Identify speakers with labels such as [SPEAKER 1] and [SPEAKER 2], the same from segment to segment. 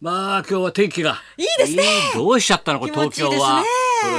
[SPEAKER 1] まあ今日は天気が
[SPEAKER 2] いいですね
[SPEAKER 1] どうしちゃったのこれ
[SPEAKER 2] 気持
[SPEAKER 1] 東
[SPEAKER 2] ちいい
[SPEAKER 1] 京
[SPEAKER 2] ですね
[SPEAKER 1] は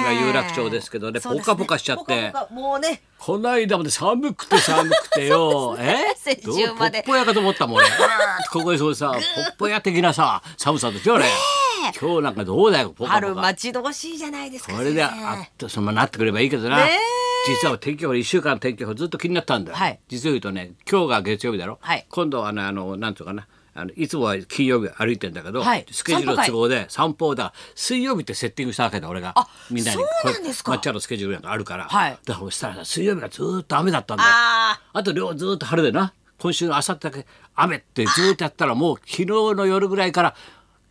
[SPEAKER 1] これ今有楽町ですけどね
[SPEAKER 2] そう
[SPEAKER 1] ポ
[SPEAKER 2] ですね
[SPEAKER 1] カポカしちゃって
[SPEAKER 2] ポカポカもうね
[SPEAKER 1] こないだまで寒くて寒くて よえ
[SPEAKER 2] 先週まで
[SPEAKER 1] どうポッポ屋かと思ったもん 俺うーっとここにそうさポッポ屋的なさ寒さですよね今日なんかどうだよポカ
[SPEAKER 2] 春
[SPEAKER 1] ポカ
[SPEAKER 2] 待ち遠しいじゃないですか
[SPEAKER 1] これで
[SPEAKER 2] 先生
[SPEAKER 1] あっとそのままなってくればいいけどな
[SPEAKER 2] ねえ
[SPEAKER 1] 実は天気予報一週間の天気予報ずっと気になったんだよ、
[SPEAKER 2] はい
[SPEAKER 1] 実を言うとね今日が月曜日だろ、
[SPEAKER 2] はい
[SPEAKER 1] 今度はあのあのなんていうのかなあのいつもは金曜日歩いてんだけど、
[SPEAKER 2] はい
[SPEAKER 1] スケジュールの都合で散歩をだ水曜日ってセッティングしたわけだ俺が
[SPEAKER 2] あ
[SPEAKER 1] みんなに
[SPEAKER 2] そうなんです
[SPEAKER 1] こ
[SPEAKER 2] か
[SPEAKER 1] れ抹茶のスケジュールなんかあるから、
[SPEAKER 2] はい
[SPEAKER 1] だからそしたらさ水曜日がずーっと雨だったんだよ
[SPEAKER 2] あ
[SPEAKER 1] あと両ずーっと晴れでな今週のあさってだけ雨ってずーっとやったらもう昨日の夜ぐらいから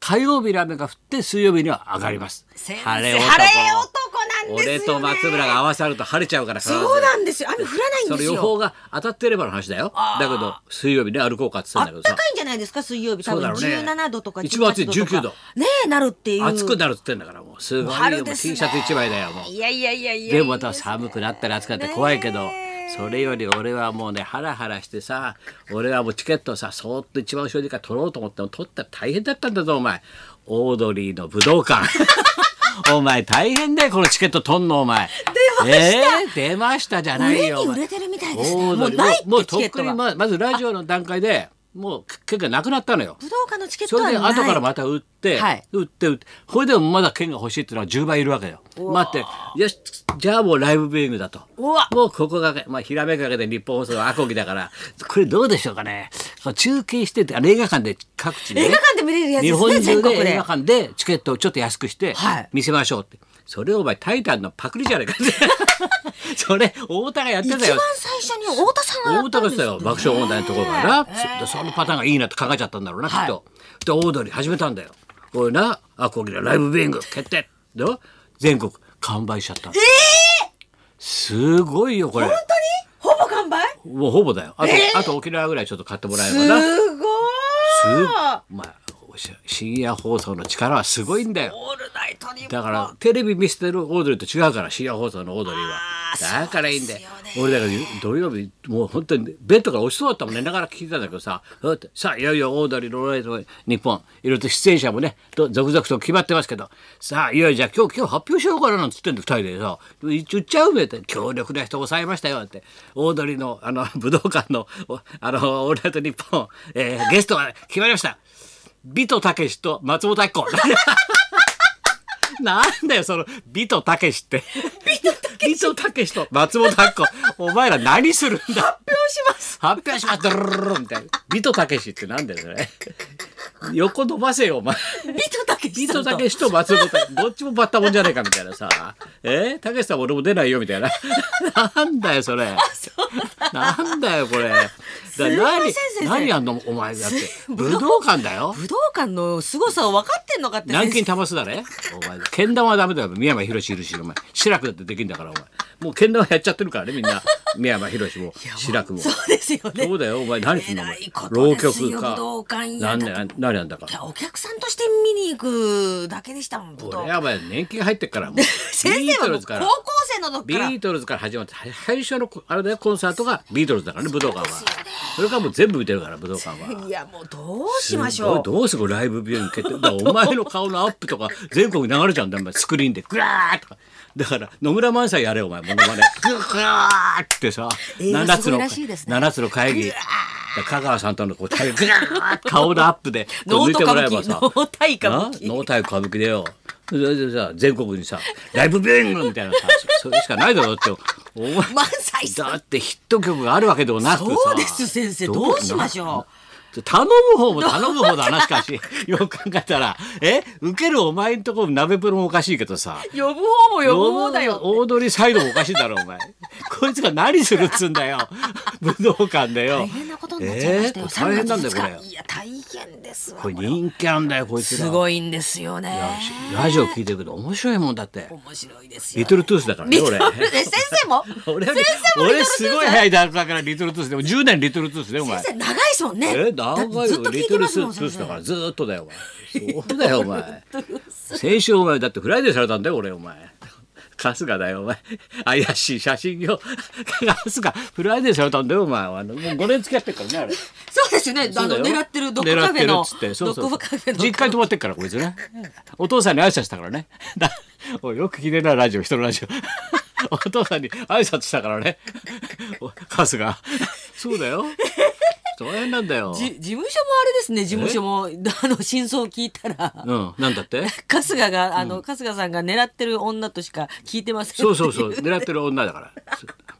[SPEAKER 1] 火曜日に雨が降って水曜日には上がります
[SPEAKER 2] 先生
[SPEAKER 1] 晴れ男
[SPEAKER 2] 晴れ男なんですよね
[SPEAKER 1] 俺と松村が合わさると晴れちゃうから必ず
[SPEAKER 2] そうなんですよ雨降らないん
[SPEAKER 1] そ
[SPEAKER 2] で
[SPEAKER 1] の予
[SPEAKER 2] すよ
[SPEAKER 1] 報が当たってればの話だよだけど水曜日ね歩こうかって言
[SPEAKER 2] あ
[SPEAKER 1] ってた
[SPEAKER 2] っ
[SPEAKER 1] んだけど
[SPEAKER 2] たか
[SPEAKER 1] さ
[SPEAKER 2] いんじゃないですか水曜日
[SPEAKER 1] そ
[SPEAKER 2] 多
[SPEAKER 1] うだ
[SPEAKER 2] 分
[SPEAKER 1] ろうね
[SPEAKER 2] 17度とか
[SPEAKER 1] 一番暑い
[SPEAKER 2] 18
[SPEAKER 1] 19度
[SPEAKER 2] ねえなるっていう
[SPEAKER 1] 暑くなるって言ってんだからもうすごいよ
[SPEAKER 2] 春
[SPEAKER 1] もう
[SPEAKER 2] です
[SPEAKER 1] T
[SPEAKER 2] ね
[SPEAKER 1] シャツ一枚だよもう
[SPEAKER 2] いやいやいやいや
[SPEAKER 1] でもまた寒くなったり暑くなったり怖いけど
[SPEAKER 2] ねえ
[SPEAKER 1] それより俺はもうねハラハラしてさ俺はもうチケットをさそーっと一番後ろでから取ろうと思っても取ったら大変だったんだぞお前オードリーの武道 館お前大変だよこのチケット取んのお前
[SPEAKER 2] 出ました
[SPEAKER 1] えー出ましたじゃない
[SPEAKER 2] 上
[SPEAKER 1] よお
[SPEAKER 2] に
[SPEAKER 1] 前
[SPEAKER 2] 売れてるみたいですね
[SPEAKER 1] オー
[SPEAKER 2] も
[SPEAKER 1] ド
[SPEAKER 2] う
[SPEAKER 1] リー
[SPEAKER 2] ないって
[SPEAKER 1] もう
[SPEAKER 2] チ
[SPEAKER 1] と
[SPEAKER 2] ケ
[SPEAKER 1] っ
[SPEAKER 2] ッ
[SPEAKER 1] く
[SPEAKER 2] ト
[SPEAKER 1] に
[SPEAKER 2] が
[SPEAKER 1] ままずラジオの段階でもう結果なくなったのよ
[SPEAKER 2] 武道館のチケッ
[SPEAKER 1] そ
[SPEAKER 2] トは
[SPEAKER 1] れで
[SPEAKER 2] ない
[SPEAKER 1] 後からまた売って、
[SPEAKER 2] はい
[SPEAKER 1] 売って売ってこれでもまだ券が欲しいっていうのは10倍いるわけよ待ってよしじゃあもうライブビューイングだと
[SPEAKER 2] うわ
[SPEAKER 1] もうここが、まあ、ひらめかけで日本放送のアコギだからこれどうでしょうかね中継しててあの映画館で各地でね、
[SPEAKER 2] 映画館で見れるやつ
[SPEAKER 1] 日
[SPEAKER 2] ですね
[SPEAKER 1] 本中
[SPEAKER 2] 全
[SPEAKER 1] で
[SPEAKER 2] 国で
[SPEAKER 1] 映画館でチケットをちょっと安くして
[SPEAKER 2] はい
[SPEAKER 1] 見せましょうって、それをお前タイタンのパクリじゃないかって それ太田がやって
[SPEAKER 2] 一
[SPEAKER 1] た
[SPEAKER 2] 番
[SPEAKER 1] よ
[SPEAKER 2] 最初に太田さんがや
[SPEAKER 1] 大
[SPEAKER 2] ったん
[SPEAKER 1] 高
[SPEAKER 2] で
[SPEAKER 1] さ
[SPEAKER 2] す
[SPEAKER 1] んよ爆笑問題のところからな、そそのパターンがいいなって考えちゃったんだろうな、
[SPEAKER 2] はい
[SPEAKER 1] きっとでオードリー始めたんだよこれなアコギのライブビューイング決定で全国完売しちゃったえすごいよこれ
[SPEAKER 2] 本当にほぼ完売
[SPEAKER 1] もうほぼだよあと,、あと沖縄ぐらいちょっと買ってもらえば
[SPEAKER 2] す
[SPEAKER 1] な
[SPEAKER 2] ごーい
[SPEAKER 1] すまあし深夜放送の力はすごいんだよ
[SPEAKER 2] オールナイトに
[SPEAKER 1] だからテレビ見せてるオードリーと違うから深夜放送のオードリーは
[SPEAKER 2] あー
[SPEAKER 1] だからいいんだよ
[SPEAKER 2] そうです
[SPEAKER 1] 俺だから土曜日もう本当にベッドから落ちそうだったもんねながら聞いてたんだけどさふーってさあいよいよオードリーのオールナイト日本いろいろと出演者もねと続々と決まってますけどさあいよいよじゃあ今日今日発表しようかななんつってんで二人でさ「言っちゃうべ」って「強力な人抑えましたよ」ってオードリーのあの武道館のおあのオールナイト日本、えーゲストが決まりました。ビトたけしと松本明子。 なんだよそのビトたけしってビトたけしと松本明子お前ら何するんだ
[SPEAKER 2] 発表します
[SPEAKER 1] 発表しますドルルルルルみたいなビトたけしってなんだよそれ横伸ばせよお前
[SPEAKER 2] ビトたけし
[SPEAKER 1] ビ
[SPEAKER 2] さ
[SPEAKER 1] ト
[SPEAKER 2] んと
[SPEAKER 1] たけしと松本明子どっちもバッタもんじゃねえかみたいなさえたけしさん俺も出ないよみたいななんだよそれなんだよこれだ
[SPEAKER 2] ごい
[SPEAKER 1] 何
[SPEAKER 2] 先生
[SPEAKER 1] 何やんのお前だって武道館だよ
[SPEAKER 2] 武道館の凄さを分かってんのかって
[SPEAKER 1] 軟禁
[SPEAKER 2] 先
[SPEAKER 1] たますだね。お前、けん玉はダメだよ。三山ひろしいるし、お前。志らくだってできんだから、お前。もうけん玉やっちゃってるからね、みんな。三山ひろしも、志らく
[SPEAKER 2] 生
[SPEAKER 1] も。
[SPEAKER 2] そうですよね
[SPEAKER 1] そうだよ、お前、何すんの、お
[SPEAKER 2] えら
[SPEAKER 1] 前
[SPEAKER 2] いこ。
[SPEAKER 1] 浪
[SPEAKER 2] とですよ
[SPEAKER 1] 曲
[SPEAKER 2] 武道
[SPEAKER 1] か。
[SPEAKER 2] 館や
[SPEAKER 1] 何
[SPEAKER 2] だ
[SPEAKER 1] 年、何なんだか
[SPEAKER 2] い。やお客さんとして見に行くだけでしたもん武道
[SPEAKER 1] 俺
[SPEAKER 2] 館
[SPEAKER 1] やばい、年季が入ってっから、もう。ビ
[SPEAKER 2] 先
[SPEAKER 1] ー
[SPEAKER 2] 生
[SPEAKER 1] ト
[SPEAKER 2] はも
[SPEAKER 1] ル
[SPEAKER 2] う
[SPEAKER 1] ズ
[SPEAKER 2] 高
[SPEAKER 1] か
[SPEAKER 2] 校
[SPEAKER 1] ら。
[SPEAKER 2] 生の時
[SPEAKER 1] ビ
[SPEAKER 2] から
[SPEAKER 1] ートルズから始まって、は最初のこ、あれだよ、コンサートがビートルズだからね、武道館は。それからもう全部見てるから、武道館は。
[SPEAKER 2] いやもうどうしましょう
[SPEAKER 1] すごいどうするライブビューイング決定だからお前の顔のアップとか全国に流れちゃうんだよお前スクリーンでグワーッとかだから野村萬斎やれよお前モノマネグワーッてさ
[SPEAKER 2] 映画
[SPEAKER 1] 7
[SPEAKER 2] す
[SPEAKER 1] つ
[SPEAKER 2] ご
[SPEAKER 1] の
[SPEAKER 2] いらしいですね
[SPEAKER 1] 7つの会議だから香川さんとのこう対グワーッ顔のアップ で
[SPEAKER 2] ノート歌舞伎
[SPEAKER 1] さ
[SPEAKER 2] ノータイ歌舞伎
[SPEAKER 1] な能体歌舞伎でよそれでさ全国にさライブビューイングみたいなさそそれしかないだろうってお前
[SPEAKER 2] 満載さん
[SPEAKER 1] だってヒット曲があるわけでもなくてさ
[SPEAKER 2] そうです先生どうしましょ
[SPEAKER 1] う頼む方も頼む方だなし かしよく考えたらえ受けるお前んとこ鍋プロもおかしいけどさ
[SPEAKER 2] 呼ぶ方も呼ぶ方だよ
[SPEAKER 1] オードリーサイドもおかしいだろお前 こいつが何するっつうんだよ 武道館でよ
[SPEAKER 2] 大変なことになっちゃいました
[SPEAKER 1] え
[SPEAKER 2] よ、
[SPEAKER 1] ー大変なんだよこ
[SPEAKER 2] 3月2
[SPEAKER 1] れ
[SPEAKER 2] 日いや大変ですわ
[SPEAKER 1] これ人気なんだよこいつら
[SPEAKER 2] すごいんですよね
[SPEAKER 1] ラジオ聞いてるけど面白いもんだって
[SPEAKER 2] 面白いですよ
[SPEAKER 1] リトルトゥースだから
[SPEAKER 2] リ
[SPEAKER 1] ね
[SPEAKER 2] トル
[SPEAKER 1] 俺
[SPEAKER 2] トゥース 先生も
[SPEAKER 1] 俺
[SPEAKER 2] 先生もリトルトゥー
[SPEAKER 1] 俺
[SPEAKER 2] ス
[SPEAKER 1] すごい早い段階からリトルトゥースでもう10年リトルトゥースねお前
[SPEAKER 2] 先生長いですもんね
[SPEAKER 1] え、
[SPEAKER 2] だっ
[SPEAKER 1] 長
[SPEAKER 2] て
[SPEAKER 1] いよ。
[SPEAKER 2] ずっと聞
[SPEAKER 1] リ
[SPEAKER 2] い
[SPEAKER 1] ト
[SPEAKER 2] て
[SPEAKER 1] ル
[SPEAKER 2] ま
[SPEAKER 1] ス
[SPEAKER 2] すもん
[SPEAKER 1] トゥー
[SPEAKER 2] 先
[SPEAKER 1] ス
[SPEAKER 2] 生
[SPEAKER 1] だからずーっとだ よお前。そうだよお前。先週お前だってフライデーされたんだよ俺お前。春日だよ、お前。怪しい写真を。春日、プライデーされたんだよ、お前。あのもう5年付き合ってるからね、あれ。
[SPEAKER 2] そうですよね。あ
[SPEAKER 1] そ
[SPEAKER 2] の
[SPEAKER 1] うだよ
[SPEAKER 2] 狙ってるドッグカフェの
[SPEAKER 1] 狙ってるっつってそうそう
[SPEAKER 2] ドッグカフェの
[SPEAKER 1] 実家に泊まってっからこいつねお父さんに挨拶したからねだおいよく聞いてるなラジオ人のラジオお父さんに挨拶したからねお春日そうだよ大変なんだよ
[SPEAKER 2] じ事務所もあれですね。事務所もあの真相を聞いたら。
[SPEAKER 1] うんなんだって
[SPEAKER 2] 春日があの、春日さんが狙ってる女としか聞いてません
[SPEAKER 1] そうそうそう狙ってる女だから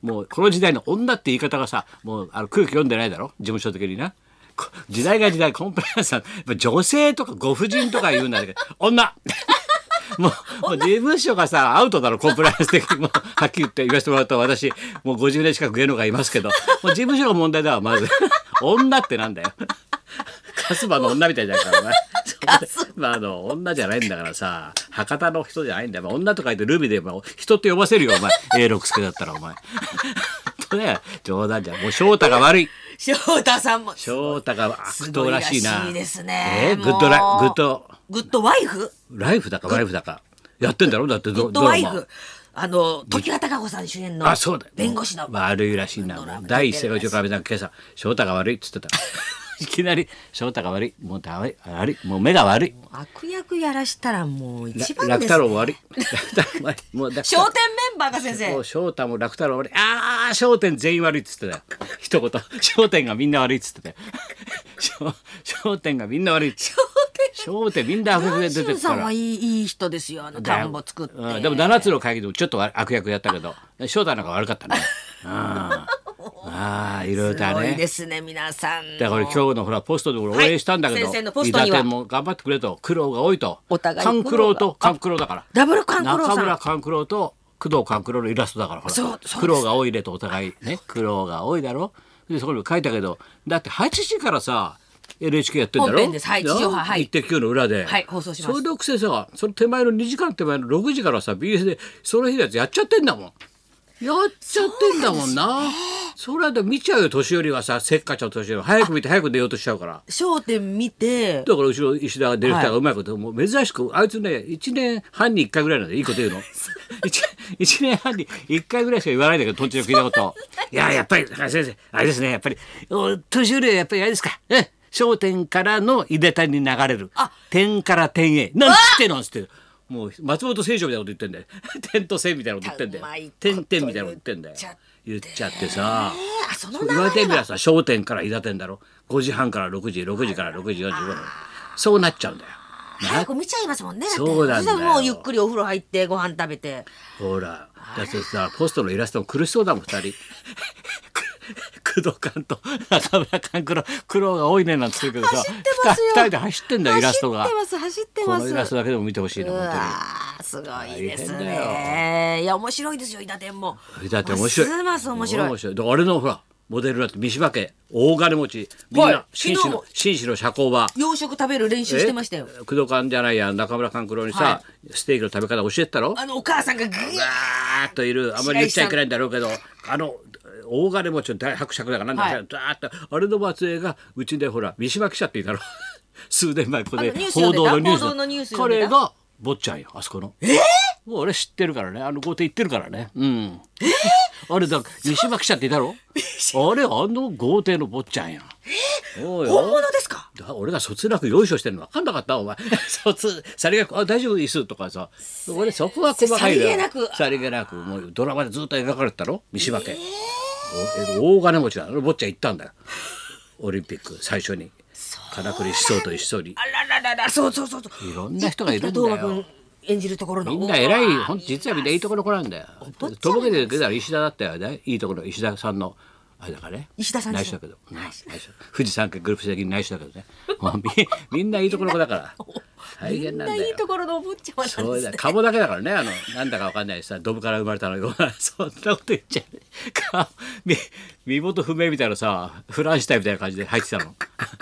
[SPEAKER 1] もうこの時代の女って言い方がさもうあの空気読んでないだろ事務所的になこ時代が時代コンプライアンスさんやっぱ女性とかご婦人とか言うんだけど女もうもう事務所がさアウトだろコンプライアンス的にもうはっきり言って言わせてもらうと私もう50年近く芸能界いますけどもう事務所の問題だわまず女ってなんだよカスバの女みたいじゃない からお前まあ、あの女じゃないんだからさ博多の人じゃないんだよ、まあ、女と書いてルビーで、まあ、人って呼ばせるよお前 A 六輔だったらお前とね冗談じゃもう翔太が悪い
[SPEAKER 2] 翔太さんも
[SPEAKER 1] 翔太が悪党らしいな
[SPEAKER 2] すごいらしいです
[SPEAKER 1] え
[SPEAKER 2] ね
[SPEAKER 1] グッドライ
[SPEAKER 2] もう
[SPEAKER 1] グッド
[SPEAKER 2] グッドワイフ
[SPEAKER 1] ライフだかワイフだかやってんだろだって
[SPEAKER 2] グ
[SPEAKER 1] ド
[SPEAKER 2] ッドワイ
[SPEAKER 1] ドラ
[SPEAKER 2] フあの時和孝子さん主演の
[SPEAKER 1] マあそうだよ
[SPEAKER 2] 弁護士の
[SPEAKER 1] 悪いらしいな
[SPEAKER 2] ドラマ
[SPEAKER 1] もう第一声がうちのかみさん今朝翔太が悪いっつってた いきなり翔太が悪いもうダメ悪いもう目が悪い
[SPEAKER 2] 悪役やらしたらもう
[SPEAKER 1] ら
[SPEAKER 2] 一番
[SPEAKER 1] 楽
[SPEAKER 2] です
[SPEAKER 1] 太郎悪い楽太郎悪いもう楽太
[SPEAKER 2] 笑
[SPEAKER 1] 郎
[SPEAKER 2] 点メンバーが先生
[SPEAKER 1] もう翔太も楽太郎も悪いああ翔天全員悪いっつってたよ一言翔天がみんな悪いっつってたよ 翔翔天がみんな悪いっつって
[SPEAKER 2] 笑点
[SPEAKER 1] 翔天みんな悪役で出て
[SPEAKER 2] 南
[SPEAKER 1] く
[SPEAKER 2] さ
[SPEAKER 1] か
[SPEAKER 2] んは
[SPEAKER 1] ら
[SPEAKER 2] いいいい人ですよあの田んぼ作って、
[SPEAKER 1] うんでも七つの会議でもちょっと悪悪役やったけど翔太なんか悪かったね うんああいろいろ
[SPEAKER 2] す
[SPEAKER 1] だ
[SPEAKER 2] ごい
[SPEAKER 1] ね
[SPEAKER 2] ですね皆さんの
[SPEAKER 1] だから今日のほらポストで俺応援したんだけど、
[SPEAKER 2] はい先生のポストには
[SPEAKER 1] 伊達も頑張ってくれと苦労が多いと
[SPEAKER 2] お互い
[SPEAKER 1] 勘
[SPEAKER 2] 苦
[SPEAKER 1] 九
[SPEAKER 2] 労
[SPEAKER 1] 郎
[SPEAKER 2] が
[SPEAKER 1] と勘九郎だから
[SPEAKER 2] ダブル勘九郎さん
[SPEAKER 1] 中村勘九郎と工藤勘九郎のイラストだからほら
[SPEAKER 2] そうそうです
[SPEAKER 1] 苦労が多いねとお互いね苦労が多いだろでそこにも書いたけどだって8時からさ NHK やってんだろ
[SPEAKER 2] 本編ですはい地上波
[SPEAKER 1] な
[SPEAKER 2] はい
[SPEAKER 1] 一滴の裏で、
[SPEAKER 2] はい放送します
[SPEAKER 1] それでくせさその手前の2時間手前の6時からさ BS でその日のやつやっちゃってんだもんやっちゃってんだもんなそれで見ちゃうよ年寄りはさせっかちの年寄りは早く見て早く寝ようとしちゃうから
[SPEAKER 2] 笑点見
[SPEAKER 1] だ
[SPEAKER 2] て
[SPEAKER 1] から後ろ石田ディレクターがうまいこと、もう珍しくあいつね1年半に1回ぐらいなんでいいこと言う の 1, 年半に1回ぐらいしか言わないんだけどとんちの聞いた こといややっぱり先生あれですねやっぱりお年寄りはやっぱりあれですかえ商店からのいでたに流れる点から点へなんつってなんつってもう松本清張みたいなこと言ってんだよ点と線みたいなこと言ってんだよ
[SPEAKER 2] うまいこと
[SPEAKER 1] 点々みたいなこと言ってんだよ
[SPEAKER 2] 言っちゃ
[SPEAKER 1] 言
[SPEAKER 2] って
[SPEAKER 1] っちゃってさ
[SPEAKER 2] あその
[SPEAKER 1] 言
[SPEAKER 2] 流
[SPEAKER 1] われて
[SPEAKER 2] れ
[SPEAKER 1] みればさ商店から伊てんだろ5時半から6時6時から6時45分そうなっちゃうんだよ
[SPEAKER 2] 早く見ちゃいますもんねって
[SPEAKER 1] そうなんだよ
[SPEAKER 2] そしたらもうゆっくりお風呂入ってご飯食べて
[SPEAKER 1] ほらだってさポストのイラストも苦しそうだもん2人 く工藤官と中村官苦労苦労が多いねなんて言うけどさ
[SPEAKER 2] 走ってますよ
[SPEAKER 1] 2人で走ってんだよイラストが
[SPEAKER 2] 走ってます走って
[SPEAKER 1] こ
[SPEAKER 2] ます
[SPEAKER 1] のイラストだけでも見てほしいうの本当に
[SPEAKER 2] わーすごいです
[SPEAKER 1] 大
[SPEAKER 2] ねいや面白いですよ伊達天も
[SPEAKER 1] だって面白い。
[SPEAKER 2] ますます面白い
[SPEAKER 1] だからあれのほら、モデルだって三島家、大金持ち、みん
[SPEAKER 2] はい
[SPEAKER 1] な、紳士
[SPEAKER 2] 昨日
[SPEAKER 1] の
[SPEAKER 2] も、
[SPEAKER 1] 紳士の社交場。
[SPEAKER 2] 洋食食べる練習してましたよ
[SPEAKER 1] え。工藤官じゃないや、中村勘九郎にさ、
[SPEAKER 2] は
[SPEAKER 1] ステーキの食べ方教えてたろ
[SPEAKER 2] あのお母さんがグー
[SPEAKER 1] あーっといるあまり言っちゃいけないんだろうけどあの大金持ちの大伯爵だからなんだか、
[SPEAKER 2] は
[SPEAKER 1] ざーっとあれの末裔がうちでほら三島記者っていうだろ 数年前ここで
[SPEAKER 2] あのニュース
[SPEAKER 1] 報
[SPEAKER 2] 読んでた
[SPEAKER 1] 道のニュース
[SPEAKER 2] 報道のニュース読
[SPEAKER 1] 彼
[SPEAKER 2] んでた
[SPEAKER 1] が坊ちゃんよあそこのえもう俺知ってるからねあの豪邸行ってるからねうんあれだ三島記者っていたろあれあの豪邸の坊ちゃんやそうよ
[SPEAKER 2] 本物ですか
[SPEAKER 1] だ俺が卒楽よいしょしてるの分かんなかったお前 卒さりげなく「あ大丈夫です」とかさ俺そこは細かいよ
[SPEAKER 2] さりげなく
[SPEAKER 1] さりげなくもうドラマでずっと描かれてたろ三島家、お大金持ちだろ坊ちゃん行ったんだよオリンピック最初に金栗師匠と一緒に
[SPEAKER 2] あららららそうそうそうそう
[SPEAKER 1] いろんな人がいるんだ
[SPEAKER 2] 伊藤
[SPEAKER 1] よ
[SPEAKER 2] 君演じるところの
[SPEAKER 1] みんな偉
[SPEAKER 2] う
[SPEAKER 1] い
[SPEAKER 2] わー
[SPEAKER 1] ほんと実はみんないいとこの子なんだよとぼけてるけど石田だったよねいいところ石田さんのあれだからね
[SPEAKER 2] 石田さんで
[SPEAKER 1] 内
[SPEAKER 2] す
[SPEAKER 1] 緒だけど、うん内緒富士山系グループ的に内緒だけどねもうみみんないいとこの子だ から大変なんだよ
[SPEAKER 2] みんないいところのお坊ちゃまなん
[SPEAKER 1] そ
[SPEAKER 2] で
[SPEAKER 1] う
[SPEAKER 2] す
[SPEAKER 1] だ
[SPEAKER 2] ね
[SPEAKER 1] カモだけだからねあのなんだかわかんないしさドブから生まれたのよ そんなこと言っちゃう顔み身元不明みたいなさフランシュタイみたいな感じで入ってきたの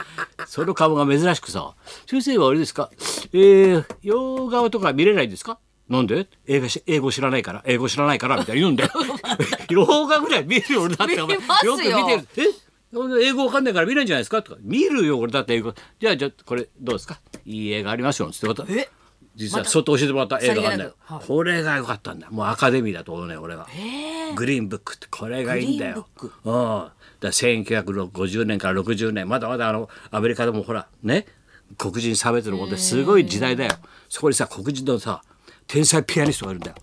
[SPEAKER 1] そのカモが珍しくさ「先生はあれですかえー、洋画とか見れないんですか?」なんで英語し英語知らないから英語知らないからみたいに言うんだ よ洋画ぐらい見るよなってお前
[SPEAKER 2] 見ますよ
[SPEAKER 1] く見てるえ英語わかんないから見ないんじゃないですかとか見るよ俺だって英語じゃあじゃあこれどうですかいい映画ありますよつってこと
[SPEAKER 2] え
[SPEAKER 1] 実は
[SPEAKER 2] また
[SPEAKER 1] 相当教えてもらった映画があるんだよ、
[SPEAKER 2] さりげなくはい
[SPEAKER 1] これが良かったんだよもうアカデミーだと思うね俺は、
[SPEAKER 2] ええ
[SPEAKER 1] グリーンブックってこれがいいんだよ
[SPEAKER 2] グリー
[SPEAKER 1] う
[SPEAKER 2] ン
[SPEAKER 1] ん、だから1950年から60年まだまだあのアメリカでもほらね黒人差別のことですごい時代だよそこにさ黒人のさ天才ピアニストがいるんだよ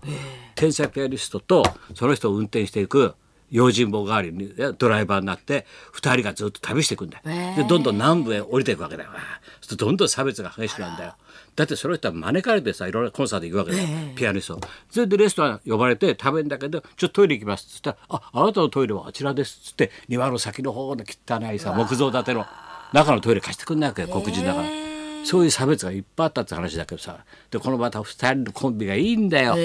[SPEAKER 1] 天才ピアニストとその人を運転していく用心棒代わりにドライバーになって2人がずっと旅していくんだよ、でどんどん南部へ降りていくわけだよそうするとどんどん差別が激しくなるんだよだってその人は招かれてさいろんなコンサート行くわけだよ、ピアニストそれでレストラン呼ばれて食べるんだけどちょっとトイレ行きますっつったら「ああなたのトイレはあちらです」っつって庭の先の方の汚いさ木造建ての中のトイレ貸してくんないわけよ黒人だから。そういう差別がいっぱいあったって話だけどさでこのまた2人のコンビがいいんだよ、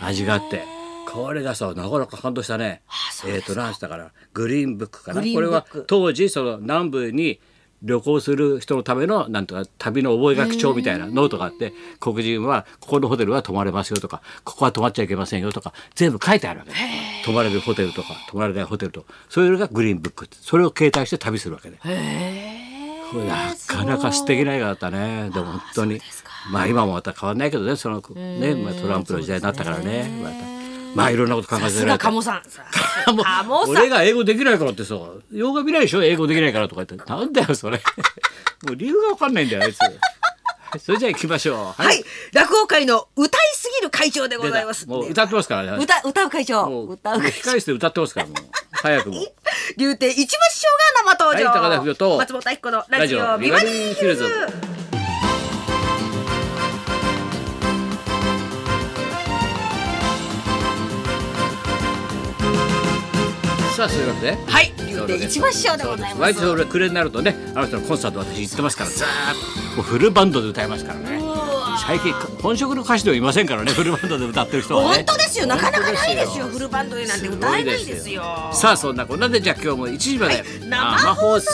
[SPEAKER 1] 味があってこれがさなかなか感動したねえっ、と何したからグリーンブックかな
[SPEAKER 2] グリー
[SPEAKER 1] こ
[SPEAKER 2] ン
[SPEAKER 1] れ
[SPEAKER 2] ブック
[SPEAKER 1] は当時その南部に旅行する人のためのなんとか旅の覚書帳みたいなノートがあって黒人はここのホテルは泊まれますよとかここは泊まっちゃいけませんよとか全部書いてあるわけ泊まれるホテルとか泊まれないホテルとかそれがグリーンブックってそれを携帯して旅するわけでこれなかなか素敵な映画だったねでも本当にまあ今もまた変わんないけどねそのね、まあ、トランプの時代になったからねまたまあいろんなこと考え
[SPEAKER 2] さ
[SPEAKER 1] て
[SPEAKER 2] す
[SPEAKER 1] られ
[SPEAKER 2] が
[SPEAKER 1] て
[SPEAKER 2] カモさんさす
[SPEAKER 1] も
[SPEAKER 2] が
[SPEAKER 1] う
[SPEAKER 2] カモさん
[SPEAKER 1] 俺が英語できないからってさ洋画見ないでしょ英語できないからとか言ってなんだよそ れもう理由がわかんないんだよあいつそれじゃあ行きましょうは
[SPEAKER 2] はい落語界の歌いすぎる会長でご
[SPEAKER 1] 出
[SPEAKER 2] ざ
[SPEAKER 1] た
[SPEAKER 2] います
[SPEAKER 1] もう歌ってますからね
[SPEAKER 2] 歌歌う会長
[SPEAKER 1] もう
[SPEAKER 2] 歌
[SPEAKER 1] も
[SPEAKER 2] う
[SPEAKER 1] う
[SPEAKER 2] 会長
[SPEAKER 1] 控え室で歌ってますからもう早くも
[SPEAKER 2] 竜亭一番師匠が生登
[SPEAKER 1] は
[SPEAKER 2] 場、
[SPEAKER 1] い高田文夫と
[SPEAKER 2] 松本明子のラ
[SPEAKER 1] ラ
[SPEAKER 2] ジ
[SPEAKER 1] ジ
[SPEAKER 2] オ
[SPEAKER 1] オ
[SPEAKER 2] ビ
[SPEAKER 1] ビ
[SPEAKER 2] バ
[SPEAKER 1] バ
[SPEAKER 2] リ
[SPEAKER 1] リ
[SPEAKER 2] ー
[SPEAKER 1] ー
[SPEAKER 2] ヒ
[SPEAKER 1] ヒ
[SPEAKER 2] ル
[SPEAKER 1] ル
[SPEAKER 2] ズ
[SPEAKER 1] ズさあそういうわけで
[SPEAKER 2] はい竜亭一番師匠でございま
[SPEAKER 1] 毎
[SPEAKER 2] す
[SPEAKER 1] 年俺暮れになるとねあの人のコンサート私行ってますからずーっともうフルバンドで歌いますからね最近本職の歌手ではいませんからね フルバンドで歌ってる人はね
[SPEAKER 2] 本当ですよなかなかないですよ
[SPEAKER 1] 本
[SPEAKER 2] フルバンドでなんて歌えないですよ
[SPEAKER 1] さあそんなこんなでじゃあ今日も1時まで
[SPEAKER 2] 生放送